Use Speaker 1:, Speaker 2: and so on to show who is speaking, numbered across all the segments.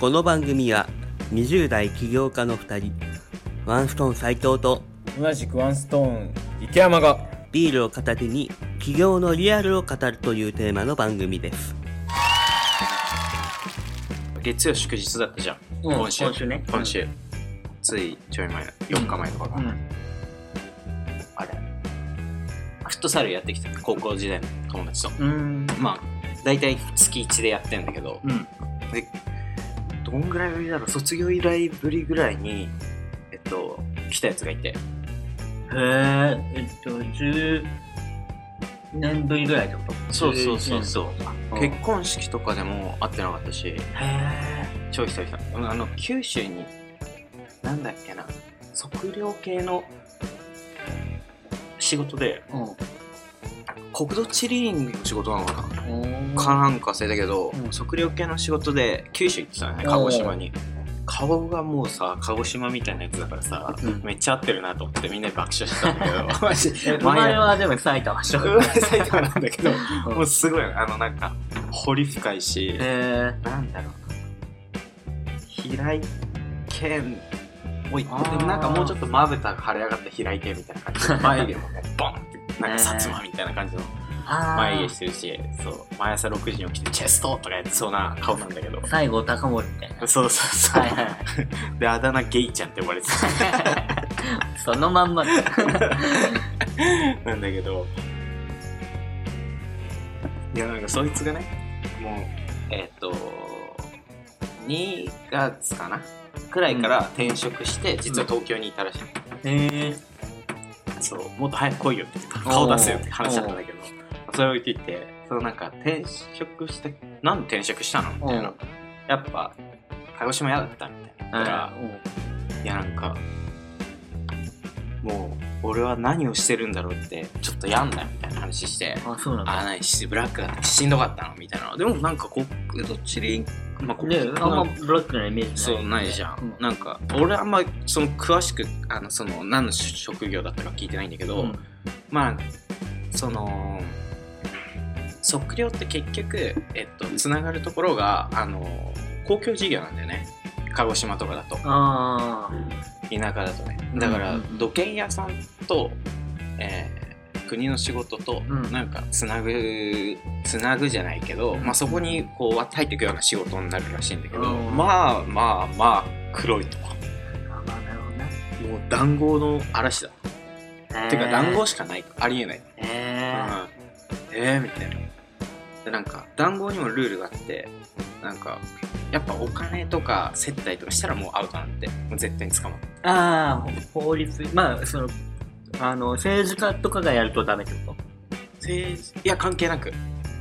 Speaker 1: この番組は20代起業家の2人ワンストーン斎藤と
Speaker 2: 同じくワンストーン池山が
Speaker 1: ビールを片手に起業のリアルを語るというテーマの番組です
Speaker 3: 月曜祝日だったじゃん、
Speaker 2: うん
Speaker 3: 今週
Speaker 2: 今週ね
Speaker 3: 今週ついちょい前4日前とかかな、あれフットサルやってきた高校時代の友達と
Speaker 2: うん
Speaker 3: まあ大体月1でやってんだけど、
Speaker 2: うん
Speaker 3: でどんぐらいぶりだろう卒業以来ぶりぐらいにえっと来たやつがいて
Speaker 2: へええっと10年ぶりぐらいってこと
Speaker 3: そうそうそうそう
Speaker 2: うん
Speaker 3: 結婚式とかでも会ってなかったし
Speaker 2: へえ
Speaker 3: ちょいちょいちょいうんあの九州になんだっけな測量系の仕事で
Speaker 2: うん
Speaker 3: 国土地理院の仕事なのかな
Speaker 2: お
Speaker 3: かなんか忘れたけど、
Speaker 2: うん
Speaker 3: 測量系の仕事で九州行ってたのね鹿児島に顔がもうさ鹿児島みたいなやつだからさ、
Speaker 2: うん
Speaker 3: めっちゃ合ってるなと思ってみんなで爆笑してたんだけ どマジ
Speaker 2: え
Speaker 3: で
Speaker 2: お前はでも埼玉しょ
Speaker 3: 前は 埼玉なんだけど
Speaker 2: うん
Speaker 3: もうすごいあのなんか掘り深いし、
Speaker 2: へ
Speaker 3: なんだろうな平井堅おいで
Speaker 2: あー
Speaker 3: もなんかもうちょっとまぶたが腫れ上がった平井堅みたいな感じで 眉毛もねボンってなんか薩摩みたいな感じの
Speaker 2: あー
Speaker 3: 眉毛してるしそう毎朝6時に起きてチェストとかやってそうな顔なんだけど
Speaker 2: 最後高森みたいな
Speaker 3: そうそうそう、
Speaker 2: はいはいは
Speaker 3: であだ名ゲイちゃんって呼ばれてた
Speaker 2: い そのまん まだ
Speaker 3: なんだけどいやなんかそいつがねもうえっ、と2月かなくらいから転職して、実は東京にいたらしい、
Speaker 2: へえ
Speaker 3: そうもっと早く来いよって顔出せよって話だったんだけどそれを言っていてそのなんか転職してなんで転職したのみたいなやっぱ鹿児島嫌だったみたいなだからいやなんかもう俺は何をしてるんだろうってちょっと病んだみたいな話して
Speaker 2: あそうなんだ
Speaker 3: あないしブラックだってしんどかったのみたいなでもなんかこうどっちでまあこう
Speaker 2: ねあんまブラックなイメージ
Speaker 3: そうないじゃん、
Speaker 2: うん
Speaker 3: なんか俺あんまその詳しくあのその何の職業だったか聞いてないんだけど、
Speaker 2: うん
Speaker 3: まあその測量って結局えっとつながるところがあの公共事業なんだよね鹿児島とかだと
Speaker 2: ああ
Speaker 3: 田舎だとねだか
Speaker 2: う
Speaker 3: ら
Speaker 2: んうんうん
Speaker 3: 土建屋さんと、えー国の仕事と
Speaker 2: うん
Speaker 3: なんかつなぐつなぐじゃないけど、
Speaker 2: うん
Speaker 3: まあ、そこにこう入っていくような仕事になるらしいんだけど、
Speaker 2: うん
Speaker 3: まあまあまあ黒いとか
Speaker 2: あまあなるほどね
Speaker 3: もう談合の嵐だ、てか談合しかないありえない
Speaker 2: へえ
Speaker 3: うんえー、みたいな。で、なんか、談合にもルールがあって、なんか、やっぱお金とか接待とかしたらもうアウトなんて、もう絶対に捕まる。
Speaker 2: ああ、法律、まあ、その、あの、政治家とかがやるとダメってこ
Speaker 3: 政治いや、関係なく。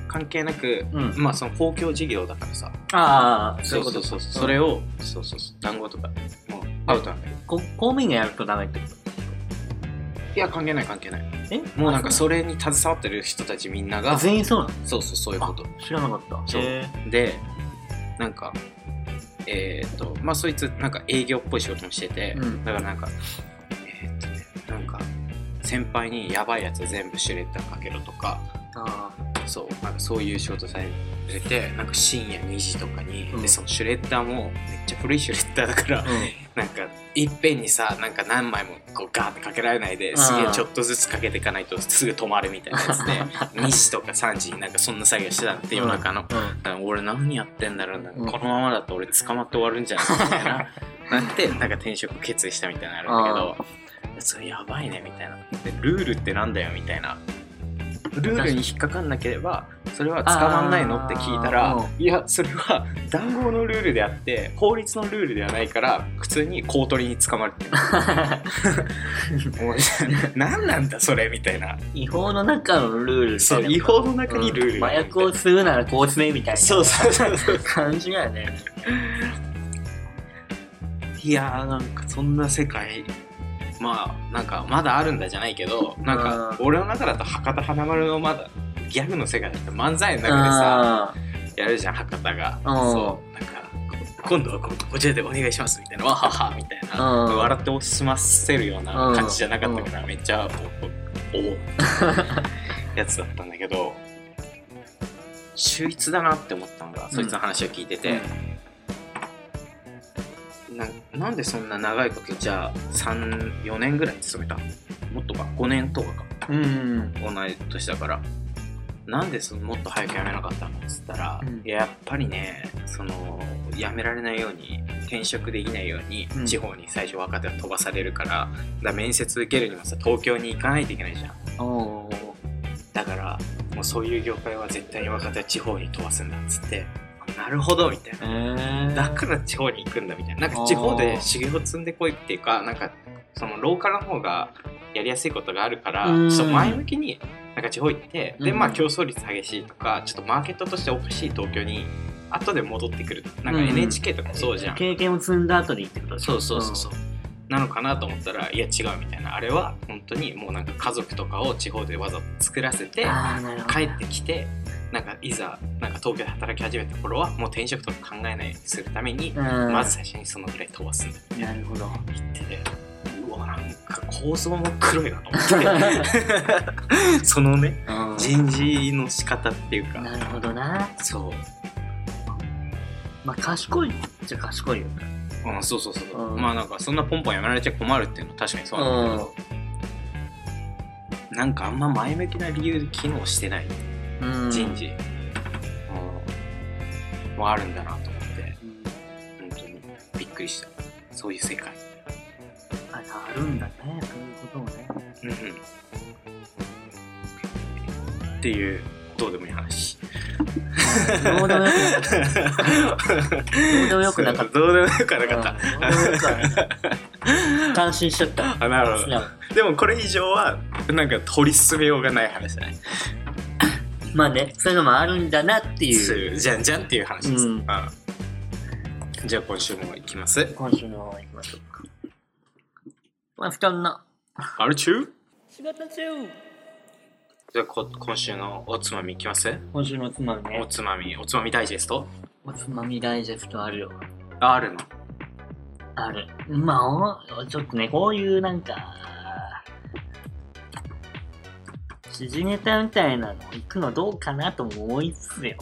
Speaker 3: 関係なく、
Speaker 2: とうん。
Speaker 3: まあその公共事業だからさ、
Speaker 2: ああ、そうい
Speaker 3: そ
Speaker 2: う
Speaker 3: う
Speaker 2: こ
Speaker 3: そ
Speaker 2: と
Speaker 3: うそう、それを、そうそうそう、談合とか、もうアウトなんだけど。
Speaker 2: こ公務員がやるとダメってこ
Speaker 3: いや、関係ない関係ない。
Speaker 2: とえ
Speaker 3: もうなんかそれに携わってる人たちみんな
Speaker 2: あ
Speaker 3: が、そう
Speaker 2: 全員そうなの
Speaker 3: そうそういうこと。
Speaker 2: 知らなかった。
Speaker 3: そう
Speaker 2: へ
Speaker 3: でなんかえーっとまあそいつなんか営業っぽい仕事もしてて、
Speaker 2: うん
Speaker 3: だからなんかえーっとねなんか先輩にやばいやつ全部シュレッダーかけろとか
Speaker 2: あ
Speaker 3: そうなんかそういう仕事されてなんか深夜2時とかに、
Speaker 2: うん
Speaker 3: でそのシュレッダーもめっちゃ古いシュレッダーだから
Speaker 2: あ。う
Speaker 3: なんかいっぺんにさなんか何枚もこうガーってかけられないで
Speaker 2: あー
Speaker 3: すげえちょっとずつかけていかないとすぐ止まるみたいなやつで 2時とか3時になんかそんな作業してたって夜中の。
Speaker 2: ん。うん。
Speaker 3: 俺何やってんだろうな、
Speaker 2: うん
Speaker 3: このままだと俺捕まって終わるんじゃ ないみたいななってなんか転職決意したみたいなのあるんだけどそれやばいねみたいなでルールってなんだよみたいなルールに引っかかんなければそれは捕まんないのって聞いたら
Speaker 2: あー
Speaker 3: いやそれは談合のルールであって法律のルールではないから普通に公取りに捕まるって もう何なんだそれみたいな
Speaker 2: 違法の中のルール
Speaker 3: そう違法の中にルール
Speaker 2: うん
Speaker 3: が
Speaker 2: 麻
Speaker 3: あるみた
Speaker 2: 薬
Speaker 3: い
Speaker 2: を
Speaker 3: な
Speaker 2: するならこうすねみたいな
Speaker 3: そうそうそうそう
Speaker 2: 感じだよね。
Speaker 3: いやーなんかそんな世界まあなんかまだあるんだじゃないけどなんか
Speaker 2: う
Speaker 3: 俺の中だと博多華丸のまだギャグの世界だって漫才の中でさ
Speaker 2: あ
Speaker 3: やるじゃん博多が
Speaker 2: うん
Speaker 3: そうなんかこ今度はここちらでお願いしますみたいなわははみたいな
Speaker 2: うん
Speaker 3: 笑って済ませるような感じじゃなかったからめっちゃおおお やつだったんだけど秀逸だなって思ったのがそいつの話を聞いてて、ななんでそんな長いことじゃあ34年ぐらい勤めたもっとか5年とかか
Speaker 4: うん
Speaker 3: 同い年だからなんでそのもっと早く辞めなかったのっつったら、
Speaker 4: うん
Speaker 3: いややっぱりねその辞められないように転職できないように、
Speaker 4: うん
Speaker 3: 地方に最初若手は飛ばされるからだから面接受けるにもさ東京に行かないといけないじゃん
Speaker 4: お
Speaker 3: だからもうそういう業界は絶対に若手は地方に飛ばすんだっつってあなるほどみたい
Speaker 4: え
Speaker 3: な
Speaker 4: ー、
Speaker 3: だから地方に行くんだみたいななんか地方
Speaker 4: あ
Speaker 3: で
Speaker 4: ー
Speaker 3: 修行を積んでこいっていうかなんかそのローカルの方がやりやすいことがあるから
Speaker 4: うん
Speaker 3: ちょっと前向きになんか地方行ってで
Speaker 4: うん
Speaker 3: まあ競争率激しいとかちょっとマーケットとしておかしい東京に後で戻ってくるなんか
Speaker 4: うん
Speaker 3: NHK とかもそうじゃん、
Speaker 2: 経験を積んだ後でいいってことでしょ
Speaker 3: そうそうそうそうなのかなと思ったらいや違うみたいなあれは本当にもうなんか家族とかを地方でわざと作らせて
Speaker 2: ああなるほど
Speaker 3: 帰ってきてなんかいざなんか東京で働き始めた頃はもう転職とか考えないようにするために
Speaker 2: うん
Speaker 3: まず最初にそのぐらい飛ばすんだ
Speaker 2: なるほど
Speaker 3: 言っててうわなんか構造も黒いなと 思ってそのね
Speaker 2: うん
Speaker 3: 人事の仕方っていうか
Speaker 2: なるほどな
Speaker 3: そう、
Speaker 2: まあ賢いじゃ賢いよ
Speaker 3: うん、そうそうそう、
Speaker 2: うん
Speaker 3: まあなんかそんなポンポンやめられちゃ困るっていうのは確かにそうなんだけどなんかあんま前向きな理由で機能してない
Speaker 4: うん
Speaker 3: 人事、うんもあるんだなと思って
Speaker 2: うん
Speaker 3: 本当にびっくりしたそういう世界
Speaker 2: ああるんだねそういうこともね
Speaker 3: うんうんっていうどうでもいい話
Speaker 2: どうでもよくなかったどうでもよくなかっ
Speaker 3: どうでもよくはなかった
Speaker 2: たうんどうでもよくはなか った感心しちゃった
Speaker 3: あなるほ
Speaker 2: 素
Speaker 3: ど
Speaker 2: 直
Speaker 3: でもこれ以上はなんか取り進めようがない話だね
Speaker 2: まあねそういうのもあるんだなって
Speaker 3: そう
Speaker 2: いう
Speaker 3: いうじゃんじゃんっていう話です、
Speaker 2: うん
Speaker 3: うんじゃあ今週も行きます
Speaker 2: 今週のいきましょうかまあ負担な
Speaker 3: あれ中
Speaker 2: 仕事中
Speaker 3: じゃあこ今週のおつまみ行きます
Speaker 2: 今週のおつまみ
Speaker 3: お
Speaker 2: ね
Speaker 3: つまみおつまみダイジェスト
Speaker 2: おつまみダイジェストあるよ
Speaker 3: ああるの
Speaker 2: ある。まあ、おちょっとね、こういうなんか、時事ネタみたいなの行くのどうかなとも思いつつよ。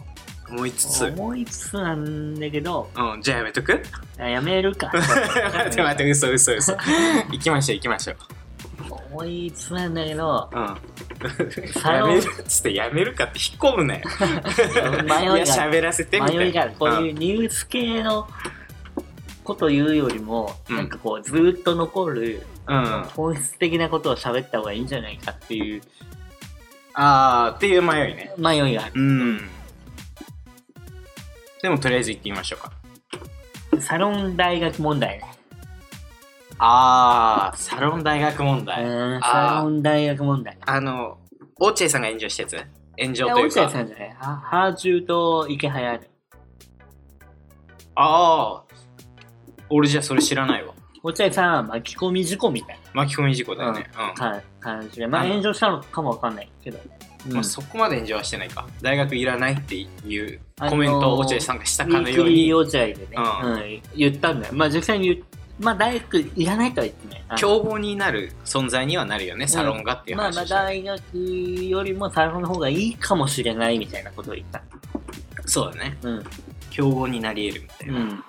Speaker 3: 思いつつう
Speaker 2: 思いつつなんだけど、
Speaker 3: んじゃあやめとく
Speaker 2: あやめるか。
Speaker 3: 待って待って嘘 嘘嘘行きましょう行きましょう
Speaker 2: 思いつつなんだけど、
Speaker 3: うん。
Speaker 2: さ
Speaker 3: や
Speaker 2: よう
Speaker 3: めるっつってやめるかって引っ込むなよ。
Speaker 2: 迷い
Speaker 3: いや
Speaker 2: が、
Speaker 3: 喋らせてみたいな。
Speaker 2: 迷いが、こういううニュース系のこと言うよりも、
Speaker 3: うん
Speaker 2: なんかこう、ずーっと残る
Speaker 3: ん。うんあ
Speaker 2: 本質的なことを喋った方がいいんじゃないかっていう
Speaker 3: あーっていう迷いね。
Speaker 2: 迷いがある。
Speaker 3: うん。でもとりあえず行ってみましょうか。
Speaker 2: サロン大学問題ね。
Speaker 3: ああ、サロン大学問題。
Speaker 2: うん
Speaker 3: あー
Speaker 2: サロン大学問題。
Speaker 3: あの、オーチェさんが炎上したやつ。炎上とい
Speaker 2: 落
Speaker 3: う
Speaker 2: 合
Speaker 3: か。
Speaker 2: さんじゃないはハーチューと池早で。
Speaker 3: ああ、俺じゃそれ知らないわ。
Speaker 2: 落合さんは巻き込み事故みたい
Speaker 3: 巻き込み事故だよね。うん。
Speaker 2: な感感じで、まあ
Speaker 3: あの
Speaker 2: 炎上したのかもわかんないけど。
Speaker 3: まあ、そこまで炎上はしてないか。大学いらないっていう
Speaker 2: あのー
Speaker 3: コメントをオーチェさんがした
Speaker 2: ウィ
Speaker 3: か
Speaker 2: ー
Speaker 3: の
Speaker 2: ク
Speaker 3: よう
Speaker 2: リ
Speaker 3: に
Speaker 2: ー。落合でね、
Speaker 3: うん
Speaker 2: うん言ったんだよ。まあ実際に言っまあ大学いらないとは言ってない。あの
Speaker 3: 競合になる存在にはなるよね、サロンがっていう
Speaker 2: まあ
Speaker 3: 話
Speaker 2: まあ
Speaker 3: をした、
Speaker 2: 大学よりもサロンの方がいいかもしれないみたいなことを言った。
Speaker 3: そうだね
Speaker 2: うん。
Speaker 3: 競合になり得るみたいうな、
Speaker 2: ん。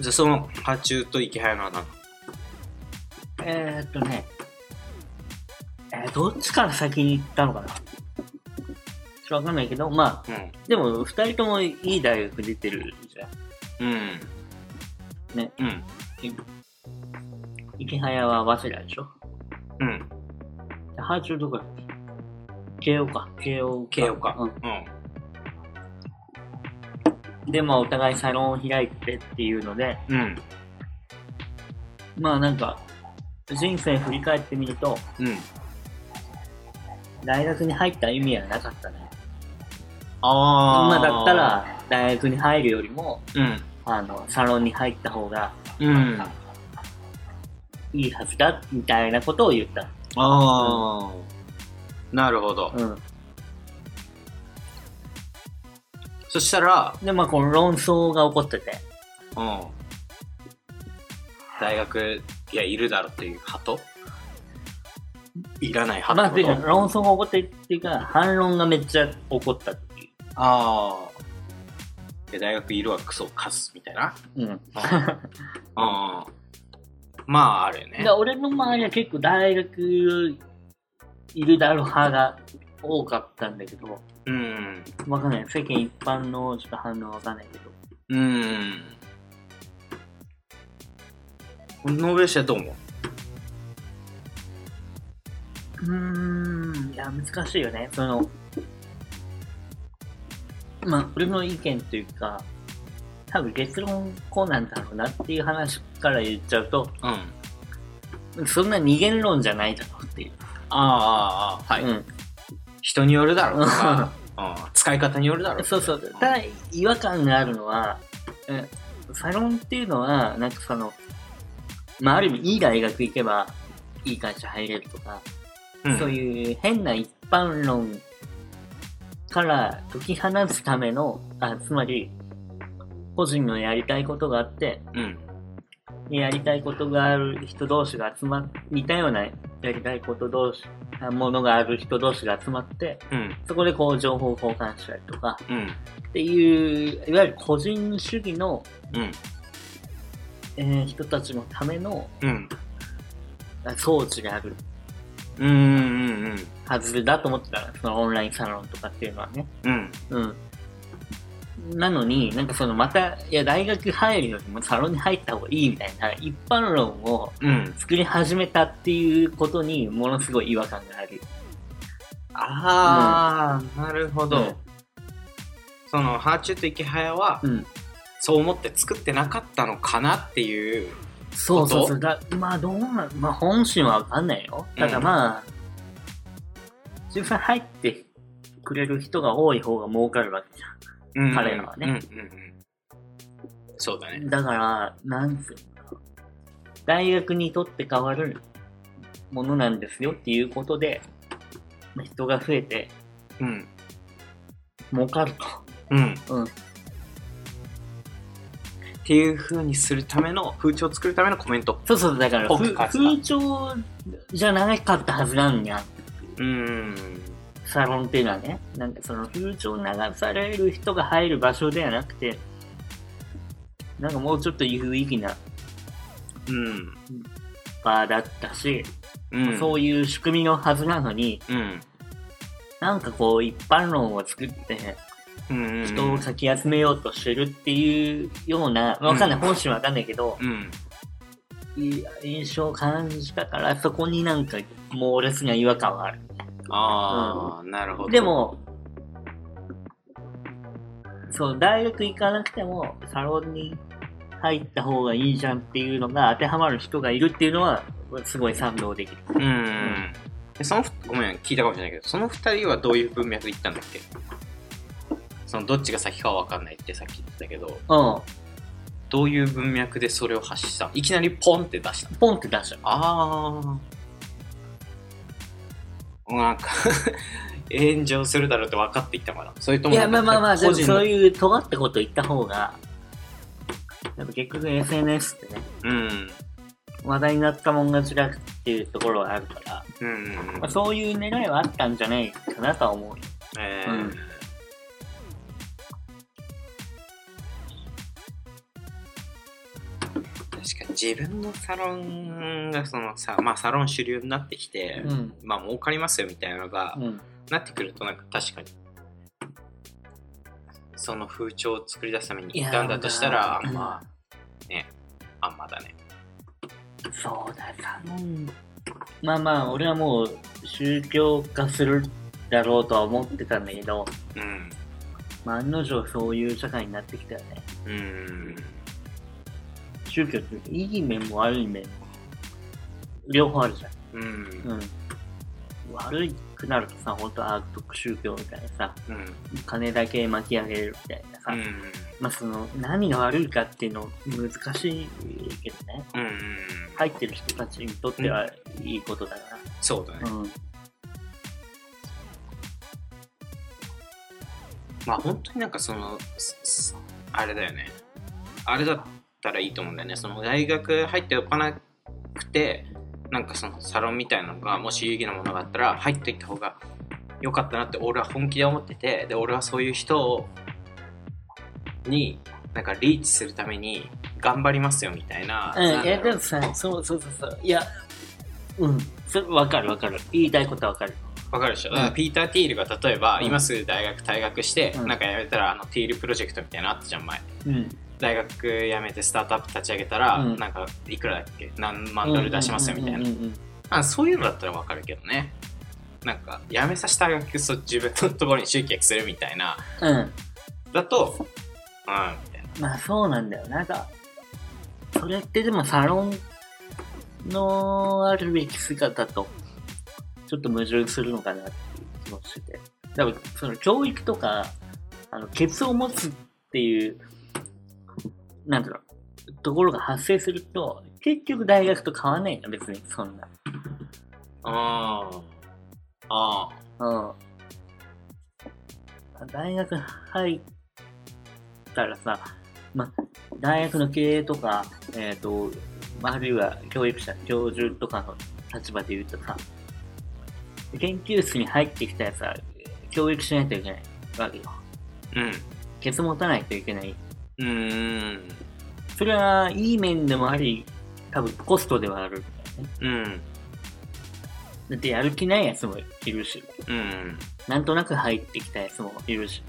Speaker 3: じゃあその波中と池早のはなんか
Speaker 2: えー、っとね、えーどっちから先に行ったのかなちょっとわかんないけど、まあ、でも二人ともいい大学出てるじゃん。
Speaker 3: うんうん
Speaker 2: ね
Speaker 3: うん
Speaker 2: 池早は早稲田でしょ
Speaker 3: うん
Speaker 2: でハーチューどこだっけ慶応か。慶応
Speaker 3: 慶応かうん
Speaker 2: うん。で、まあ、お互いサロンを開いてっていうので、
Speaker 3: うん
Speaker 2: まあなんか、人生振り返ってみると、
Speaker 3: うん
Speaker 2: 大学に入った意味はなかったね。
Speaker 3: あ
Speaker 2: 今
Speaker 3: あ
Speaker 2: だったら、大学に入るよりも、
Speaker 3: うん
Speaker 2: あの、サロンに入った方が
Speaker 3: うん
Speaker 2: いいはずだ、みたいなことを言った。
Speaker 3: ああなるほど、
Speaker 2: うん。
Speaker 3: そしたら、
Speaker 2: で、まあ、この論争が起こってて、
Speaker 3: うん、大学いやいるだろっていう派といらない
Speaker 2: まあ、
Speaker 3: 派
Speaker 2: て
Speaker 3: と
Speaker 2: いうか論争が起こってっていうか、反論がめっちゃ起こったっていう。
Speaker 3: ああ。で大学色はクソを貸すみたい な。
Speaker 2: うん。
Speaker 3: ああ。まあ、あるよね
Speaker 2: で。俺の周りは結構大学いるだろう派が多かったんだけど、
Speaker 3: うん。
Speaker 2: わかんない。世間一般のちょっと反応わかんないけど。
Speaker 3: うん。ノーベル氏はどう思
Speaker 2: う
Speaker 3: う
Speaker 2: ーん、いや、難しいよね。その、まあ、俺の意見というか、多分結論こうなんだろうなっていう話から言っちゃうと、
Speaker 3: うん。あ
Speaker 2: そんな二元論じゃないだろうっていう。
Speaker 3: あ、ああ、はい。
Speaker 2: うん。
Speaker 3: 人によるだろうと か、うん使い方によるだろう
Speaker 2: そうそう。ただ、違和感があるのは、えサロンっていうのは、なんかその、まあ、ある意味、いい大学行けば、いい会社入れるとか、
Speaker 3: うん
Speaker 2: そういう変な一般論から解き放つための、あつまり、個人のやりたいことがあって、
Speaker 3: うん。
Speaker 2: やりたいことがある人同士が集まっ、似たようなやりたいこと同士、あものがある人同士が集まって、
Speaker 3: うん。
Speaker 2: そこでこう情報交換したりとか、
Speaker 3: うん。
Speaker 2: っていう、いわゆる個人主義の、
Speaker 3: うん。
Speaker 2: えー人たちのための
Speaker 3: うん。
Speaker 2: あ装置がある
Speaker 3: うん。うん。
Speaker 2: はずだと思ってたのそのオンラインサロンとかっていうのはね。
Speaker 3: うん。
Speaker 2: うん。なのに、なんかそのまた、いや、大学入るよりもサロンに入った方がいいみたいな、一般論を
Speaker 3: うん。
Speaker 2: 作り始めたっていうことに、ものすごい違和感がある。
Speaker 3: ああ、なるほど。
Speaker 2: うん
Speaker 3: その、ハーチューとイケハヤは、
Speaker 2: うん。
Speaker 3: そう思って作ってなかったのかなっていう。
Speaker 2: そうそうそう。だまあ、どうなん、まあ、本心はわかんないよ。だからまあ、実際入ってくれる人が多い方が儲かるわけじゃん。
Speaker 3: うん
Speaker 2: 彼らはね。
Speaker 3: うんうんうんそうだね。
Speaker 2: だから、なんつうの大学にとって変わるものなんですよっていうことで、まあ人が増えて
Speaker 3: うん。
Speaker 2: 儲かると。
Speaker 3: うん。
Speaker 2: うん
Speaker 3: っていう風にするための、風潮を作るためのコメント。
Speaker 2: そうそう、だから、
Speaker 3: ポッ
Speaker 2: ふ
Speaker 3: プカツだ
Speaker 2: 風潮じゃなかったはずなんや。
Speaker 3: うん。
Speaker 2: サロンっていうのはね。なんかその風潮流される人が入る場所ではなくて、なんかもうちょっと有意義な
Speaker 3: うん。
Speaker 2: 場だったし、
Speaker 3: うん。
Speaker 2: そういう仕組みのはずなのに、
Speaker 3: うん。
Speaker 2: なんかこう一般論を作って、
Speaker 3: うん。
Speaker 2: 人をかき集めようとしてるっていうような、わかんない、
Speaker 3: うん
Speaker 2: 本心わかんないけど、
Speaker 3: うん。
Speaker 2: いい印象を感じたから、そこになんか猛烈な違和感はある。
Speaker 3: ああ、なるほど。
Speaker 2: で、も、そう、大学行かなくても、サロンに入った方がいいじゃんっていうのが当てはまる人がいるっていうのは、すごい賛同できる。
Speaker 3: うん。でそのふ、ごめん、聞いたかもしれないけど、その二人はどういう文脈で言ったんだっけその、どっちが先かは分かんないってさっき言ってたけど、
Speaker 2: うん。
Speaker 3: どういう文脈でそれを発したのいきなりポンって出したの
Speaker 2: ポンって出し
Speaker 3: ああ。 なんか、炎上するだろうって分かっていたから。それと
Speaker 2: た。
Speaker 3: も
Speaker 2: い
Speaker 3: な
Speaker 2: や、
Speaker 3: ん
Speaker 2: まあ
Speaker 3: か、
Speaker 2: まあまあ、でも
Speaker 3: 個人の
Speaker 2: そういう尖ったこと言った方が、やっぱ結局 SNS ってね、
Speaker 3: うん。
Speaker 2: 話題になったもん勝ちだっていうところはあるから、
Speaker 3: うんうんうん
Speaker 2: まあ、そういう狙いはあったんじゃないかなとは思うよ。
Speaker 3: え
Speaker 2: うん
Speaker 3: ー確かに自分のサロンがそのさ、まあ、サロン主流になってきて、
Speaker 2: ん。
Speaker 3: まあ儲かりますよみたいなのが、
Speaker 2: うん。
Speaker 3: なってくるとなんか確かにその風潮を作り出すために行ったんだとしたらあんまねあんまだね
Speaker 2: そうだ、サロン。まあまあ、俺はもう宗教化するだろうとは思ってたんだけど、
Speaker 3: うん
Speaker 2: まあ、案の定そういう社会になってきたよね。
Speaker 3: うん
Speaker 2: 宗教っていい面も悪い面も、両方あるじゃ
Speaker 3: うんうん
Speaker 2: ん。うん。悪くなるとさ、ほんと悪徳宗教みたいなさ、
Speaker 3: うん
Speaker 2: 金だけ巻き上げるみたいなさ、まあその何が悪いかっていうの難しいけどね
Speaker 3: うん
Speaker 2: 入ってる人たちにとってはいいことだか
Speaker 3: そうだね
Speaker 2: ら、うん
Speaker 3: まあ本当になんかそのすすあれだよねあれだったらいいと思うんだよねその大学入っておかなくてなんかそのサロンみたいなのがもし有意義なものがあったら入っていった方が良かったなって俺は本気で思っててで俺はそういう人をになんかリーチするために頑張りますよみたいな,、
Speaker 2: うん、
Speaker 3: なん
Speaker 2: い
Speaker 3: だ
Speaker 2: や
Speaker 3: ろ
Speaker 2: で
Speaker 3: う
Speaker 2: もさそうそうそうそういやうんそれ分かる分かる言いたいことは分かる
Speaker 3: わかるでしょ、
Speaker 2: うん
Speaker 3: だからピーター・ティールが例えば、
Speaker 2: うん
Speaker 3: 今すぐ大学退学して、
Speaker 2: うん
Speaker 3: なんかやめたらあのティールプロジェクトみたいなのあったじゃん前
Speaker 2: うん
Speaker 3: 大学辞めてスタートアップ立ち上げたら、
Speaker 2: うん
Speaker 3: なんかいくらだっけ何万ドル出しますよみたいな、
Speaker 2: うんうんうんうん
Speaker 3: あそういうのだったらわかるけどねなんか辞めさせたらそ自分のところに集客するみたいな
Speaker 2: うんうん
Speaker 3: だとうんみたいな
Speaker 2: まあそうなんだよなんかそれってでもサロンのあるべき姿とちょっと矛盾するのかなっていう気もしてて多分その教育とかあのケツを持つっていうなんだろうところが発生すると結局大学と変わんないんだ別にそんな
Speaker 3: あーあー
Speaker 2: うん。大学入ったらさ、ま、大学の経営とか、えっ、と、まあるいは教育者、教授とかの立場で言うとさ、研究室に入ってきたやつは、教育しないといけないわけよ。
Speaker 3: うん
Speaker 2: ケツ持たないといけない。
Speaker 3: うーん
Speaker 2: それは、いい面でもあり、多分コストではある。
Speaker 3: うん
Speaker 2: だってやる気ないやつもいるし。
Speaker 3: うん
Speaker 2: なんとなく入ってきたやつもいるし。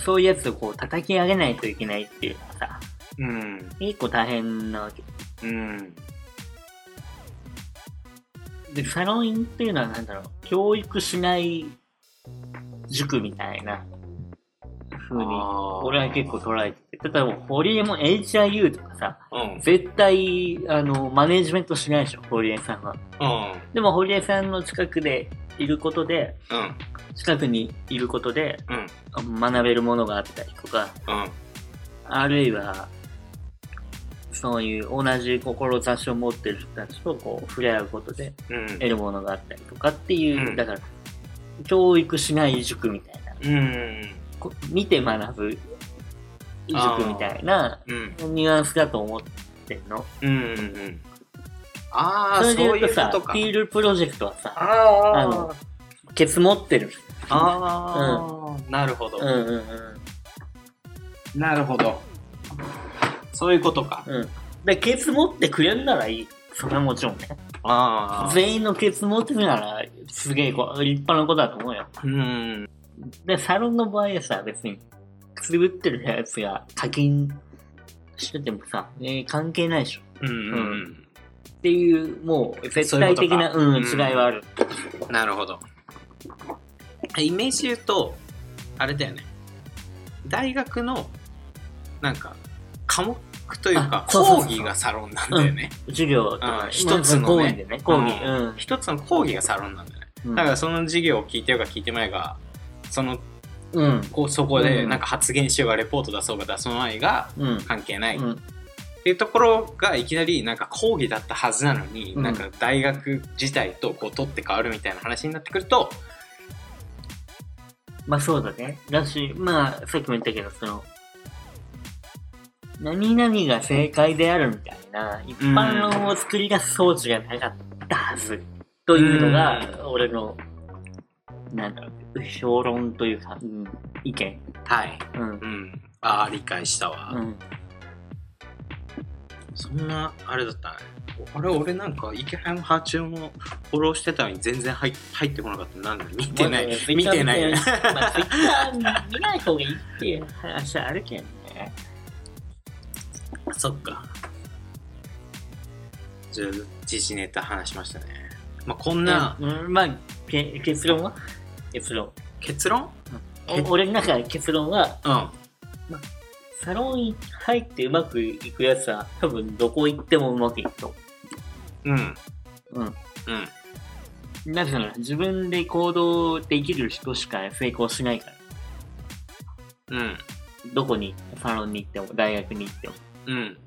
Speaker 2: そういうやつをこう叩き上げないといけないっていうのはさ、
Speaker 3: うん
Speaker 2: 結構大変なわけ。
Speaker 3: うん
Speaker 2: で、サロンっていうのはなんだろう、教育しない塾みたいな風に、俺は結構捉えてて。ただもう、堀江も HIU とかさ、
Speaker 3: うん
Speaker 2: 絶対、あの、マネジメントしないでしょ、堀江さんは。
Speaker 3: うん
Speaker 2: でも堀江さんの近くでいることで、
Speaker 3: うん
Speaker 2: 近くにいることで
Speaker 3: うん
Speaker 2: 学べるものがあったりとか、
Speaker 3: うん
Speaker 2: あるいは、そういう同じ志を持ってる人たちとこう触れ合うことで
Speaker 3: うん
Speaker 2: 得るものがあったりとかっていう、
Speaker 3: うん
Speaker 2: だから、教育しない塾みたいな、
Speaker 3: うん
Speaker 2: こ見て学ぶ塾みたいな
Speaker 3: うん
Speaker 2: ニュアンスだと思ってんの。
Speaker 3: うんうんああ
Speaker 2: そ
Speaker 3: そ
Speaker 2: れ
Speaker 3: う
Speaker 2: で言う
Speaker 3: い
Speaker 2: と
Speaker 3: うこ
Speaker 2: さ、
Speaker 3: とか
Speaker 2: フィールプロジェクトはさ、
Speaker 3: あ
Speaker 2: あ
Speaker 3: あ
Speaker 2: のケツ持ってる。
Speaker 3: ああ、なるほど、
Speaker 2: うんうん
Speaker 3: なるほど。そういうことか。
Speaker 2: うん。うん。で、ケツ持ってくれるならいい。それはもちろんね。
Speaker 3: ああ。
Speaker 2: 全員のケツ持ってるなら、すげえこう立派なことだと思うよ。
Speaker 3: うん。
Speaker 2: で、サロンの場合はさ、別に、くすぶってるやつが課金しててもさ、えー関係ないでしょ。
Speaker 3: うん
Speaker 2: んっていう、もう、絶対的な、、
Speaker 3: そういううんこと
Speaker 2: 違
Speaker 3: か
Speaker 2: いはある。
Speaker 3: うん。なるほど。イメージで言うと、あれだよね。大学の、なんか、科目というか
Speaker 2: あ、そうそうそう
Speaker 3: 講義がサロンなんだよね。
Speaker 2: 授業とか
Speaker 3: うん、一つの
Speaker 2: 講
Speaker 3: ね
Speaker 2: 義でね、講義。
Speaker 3: う
Speaker 2: うん。
Speaker 3: 一つの講義がサロンなんだよね。
Speaker 2: うん
Speaker 3: だからその授業を聞いてようが聞いてまいが、その、
Speaker 2: うん。
Speaker 3: こうそこで、
Speaker 2: うん
Speaker 3: なんか発言しようが、レポート出そうが、出そうまいが、
Speaker 2: うん。
Speaker 3: 関係ない。
Speaker 2: うん
Speaker 3: っていうところがいきなりなんか講義だったはずなのに、
Speaker 2: うん
Speaker 3: なんか大学自体とこう取って変わるみたいな話になってくると、
Speaker 2: まあそうだね。だし、まあ、さっきも言ったけど、その、何々が正解であるみたいな、一般論を作り出す装置がなかったはず、というのが、俺の、なんだろう、評論というか、うん意見。
Speaker 3: はい、
Speaker 2: うん。
Speaker 3: うん、ああ理解したわ、
Speaker 2: うん。
Speaker 3: そんなあれだったねあれ俺なんか池原も波長もフォローしてたのに全然入入ってこなかったなんで見てない
Speaker 2: まあね
Speaker 3: 見てないね
Speaker 2: まあ、ツイッター見ない方がいいっていう話あるけどね。
Speaker 3: そっかじゃあ時事ネタ話しましたねまあこんな
Speaker 2: うん、まあ、け結論は結論。
Speaker 3: 結論
Speaker 2: お俺の中で結論は、
Speaker 3: うん
Speaker 2: サロン入ってうまくいくやつは多分どこ行ってもうまくいくと。
Speaker 3: うん
Speaker 2: うん。
Speaker 3: うん
Speaker 2: なぜなら自分で行動できる人しか成功しないから。
Speaker 3: うん
Speaker 2: どこに、サロンに行っても、大学に行っても。
Speaker 3: うん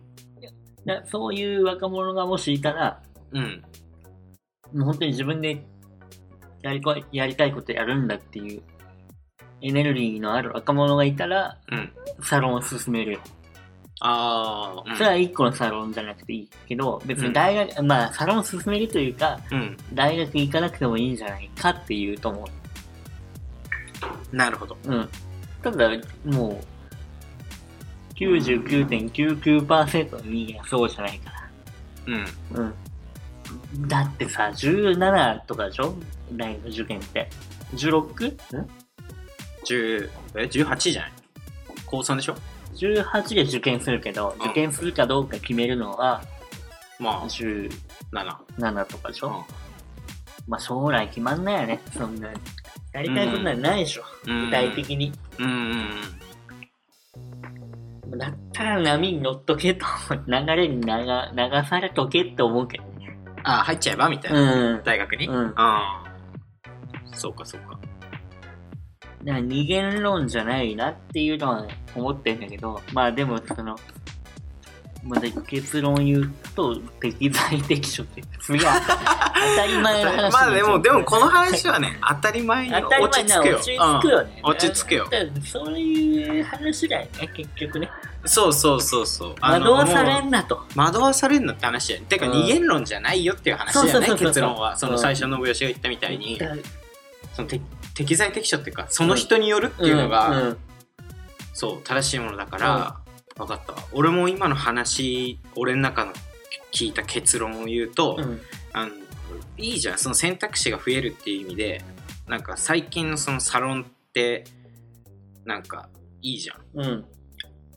Speaker 2: だそういう若者がもしいたら、
Speaker 3: うん
Speaker 2: もう本当に自分でやりこやりたいことやるんだっていうエネルギーのある若者がいたら、
Speaker 3: うん
Speaker 2: サロンを進めるよ。
Speaker 3: ああ、うん
Speaker 2: それは一個のサロンじゃなくていいけど、別に大学、まあサロンを進めるというか、
Speaker 3: うん、
Speaker 2: 大学行かなくてもいいんじゃないかっていうと思う。
Speaker 3: なるほど。
Speaker 2: うん。ただ、もう、99.99%の人間はそうじゃないか
Speaker 3: うん。
Speaker 2: ら。うん。だってさ、17とかでしょ大学受験って。16? ん
Speaker 3: 10え18じゃない高3でしょ
Speaker 2: ?18 で受験するけど、
Speaker 3: うん
Speaker 2: 受験するかどうか決めるのは
Speaker 3: まあ、
Speaker 2: 17
Speaker 3: 7。
Speaker 2: とかでし
Speaker 3: う
Speaker 2: ょ、
Speaker 3: ん
Speaker 2: まあ将来決まんないよね。そんな、やりたいことなんてないでしょ、
Speaker 3: うん
Speaker 2: 具体的に。
Speaker 3: うんうんうん。
Speaker 2: だったら波に乗っとけと、流れに流流されとけって思うけどね。
Speaker 3: あ、入っちゃえばみたいな。
Speaker 2: うん。
Speaker 3: 大学に
Speaker 2: うん
Speaker 3: ああ。そうかそうか。
Speaker 2: だから二元論じゃないなっていうのは思ってんだけど、まあでもその、まだ結論言うと、適材適所って、すごい当たり前の話になっちゃ
Speaker 3: ま
Speaker 2: う
Speaker 3: あでも、でもこの話はね、当たり前に
Speaker 2: 当たり
Speaker 3: 落
Speaker 2: 前
Speaker 3: ち
Speaker 2: な
Speaker 3: 着くよ。
Speaker 2: 落ち着くよね。
Speaker 3: うん落ち着くよ。
Speaker 2: だからそういう話だよね、結局ね。
Speaker 3: そうそうそうそう。あ
Speaker 2: 惑
Speaker 3: の
Speaker 2: わされ
Speaker 3: も
Speaker 2: んなと。
Speaker 3: う惑わされんなって話だよね。てか、
Speaker 2: うん
Speaker 3: 二元論じゃないよっていう話だよね
Speaker 2: そうそうそうそう、
Speaker 3: 結論は。その最初の吉が言ったみたいに、そのて適材適所っていうか、その人によるっていうのが、
Speaker 2: うんうん
Speaker 3: そう正しいものだから、分かったわ俺も今の話俺の中の聞いた結論を言うと、
Speaker 2: うん
Speaker 3: あのいいじゃんその選択肢が増えるっていう意味でなんか最近のそのサロンってなんかいいじゃん
Speaker 2: うん。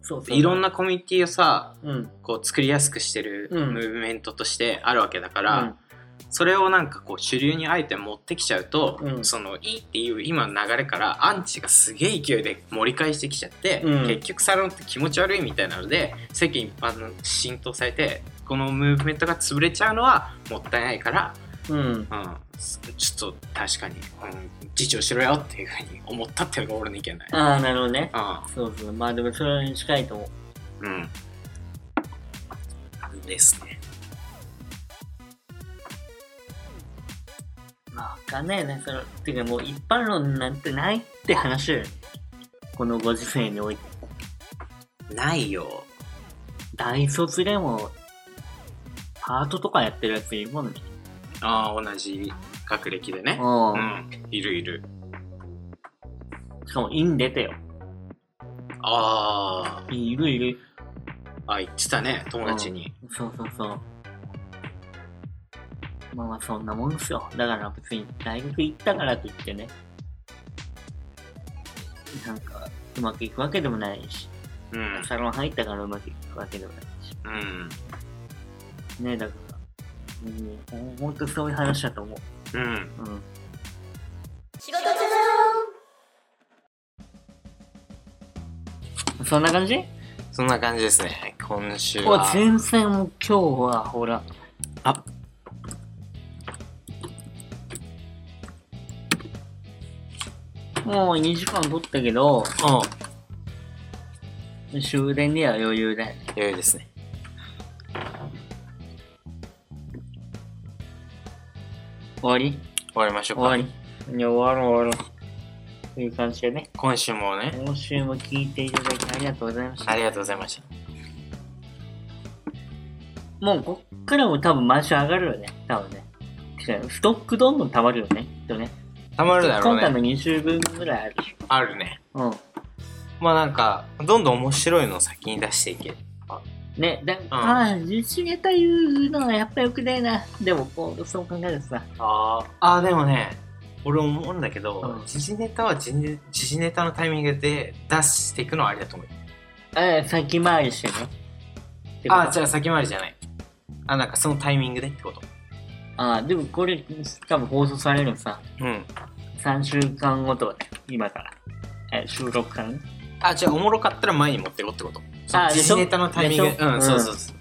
Speaker 2: そうそう。
Speaker 3: いろんなコミュニティをさ
Speaker 2: うん、
Speaker 3: こう作りやすくしてるム
Speaker 2: うん
Speaker 3: ーブメントとしてあるわけだから、それをなんかこう主流にあえて持ってきちゃうと、
Speaker 2: うん
Speaker 3: そのいいっていう今の流れからアンチがすげえ勢いで盛り返してきちゃって、
Speaker 2: うん
Speaker 3: 結局サロンって気持ち悪いみたいなので世間一般の浸透されてこのムーブメントが潰れちゃうのはもったいないから、
Speaker 2: うん、うん、
Speaker 3: うん、すちょっと確かに、うん、自重しろよっていうふうに思ったっていうのが俺の意見だよ。
Speaker 2: ああなるほどね
Speaker 3: う
Speaker 2: そうそうまあでもそれに近いと思うん
Speaker 3: うん、ですね。
Speaker 2: まあ分かんないよねそのていうかもう一般論なんてないって話だよねこのご時世において
Speaker 3: ないよ。
Speaker 2: 大卒でもパートとかやってるやついるもんね
Speaker 3: ああ同じ学歴でね。
Speaker 2: う
Speaker 3: うんん、いるいる。
Speaker 2: しかも院出てよ
Speaker 3: ああ。
Speaker 2: いるいる
Speaker 3: あ言ってたね友達に、
Speaker 2: そうそうそうまあまあそんなもんですよだから別に大学行ったからといってねなんかうまくいくわけでもないし
Speaker 3: うんうん
Speaker 2: サロン入ったからうまくいくわけでもないし。
Speaker 3: うん
Speaker 2: ねだから、うん、本当そういう話だと思
Speaker 3: うん
Speaker 2: う。うん。
Speaker 4: 仕事中
Speaker 2: そんな感じ
Speaker 3: そんな感じですね今週
Speaker 2: う
Speaker 3: は
Speaker 2: わ、全然もう今日は、ほら。
Speaker 3: あ
Speaker 2: もう2時間取ったけど、
Speaker 3: うん
Speaker 2: 終電には余裕だよね。
Speaker 3: 良いですね
Speaker 2: 終わり
Speaker 3: 終わりましょう
Speaker 2: 終わ
Speaker 3: か
Speaker 2: り。いや終わろう終わろう。という感じでね、
Speaker 3: 今週もね
Speaker 2: 今週も聞いていただきありがとうございました
Speaker 3: あ。りがとうございました
Speaker 2: もうこっからも多分毎週上がるよね。多分ね。てかストックどんどん溜まるよね。きっとね。
Speaker 3: たまるだろ
Speaker 2: 今
Speaker 3: う
Speaker 2: 回
Speaker 3: ね
Speaker 2: の2週分ぐらいあるでし
Speaker 3: あるね
Speaker 2: ょ。
Speaker 3: まあなんかどんどん面白いのを先に出していけ
Speaker 2: うん。ね、だ、ああ、1ネタ言うのはやっぱよくねえな。でも、こう、そう考えるとさ。
Speaker 3: ああーでもね俺思うんだけど
Speaker 2: うん
Speaker 3: 時事、ネタは時事時事ネタのタイミングで出していくのはありだと思う
Speaker 2: ええ、先回りしてね。ってこと
Speaker 3: ああじゃあ先回りじゃないあなんかそのタイミングでってこと
Speaker 2: ああ、でもこれ、多分放送されるのさ、
Speaker 3: うん
Speaker 2: 3週間後とかね、今から。えー、収録からね。
Speaker 3: あ、じゃあおもろかったら前に持ってこってこと。
Speaker 2: あ
Speaker 3: 時事ネタのタイミング。
Speaker 2: でしょ
Speaker 3: う
Speaker 2: うん
Speaker 3: ん、そうそうそう。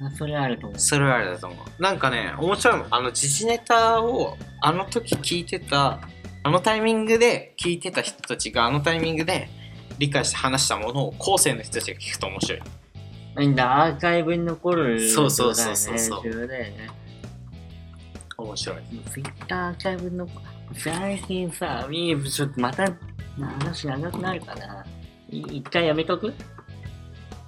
Speaker 2: まあそれはあると思う。
Speaker 3: それはあれだと思う。なんかね、面白いもん。あの時事ネタをあの時聞いてた、あのタイミングで聞いてた人たちがあのタイミングで理解して話したものを後世の人たちが聞くと面白い。
Speaker 2: みんなアーカイブに残る、
Speaker 3: そうそうそうそうそう
Speaker 2: ことだよね重要だよね。
Speaker 3: 面白い。
Speaker 2: ツイッターアーカイブの最近さ、ミーブちょっとまた話長くなるかな。い一回やめとく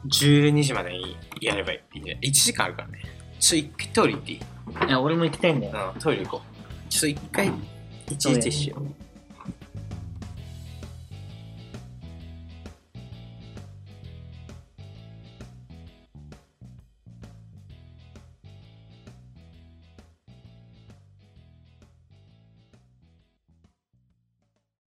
Speaker 3: 12時までにやればいいんじゃない ?1 時間あるからね。ちょっと一回トイレ行っていい
Speaker 2: いや、俺も行きたいんだよ。
Speaker 3: うん、トイレ行こう。ちょっと一回、一日ティッシュ。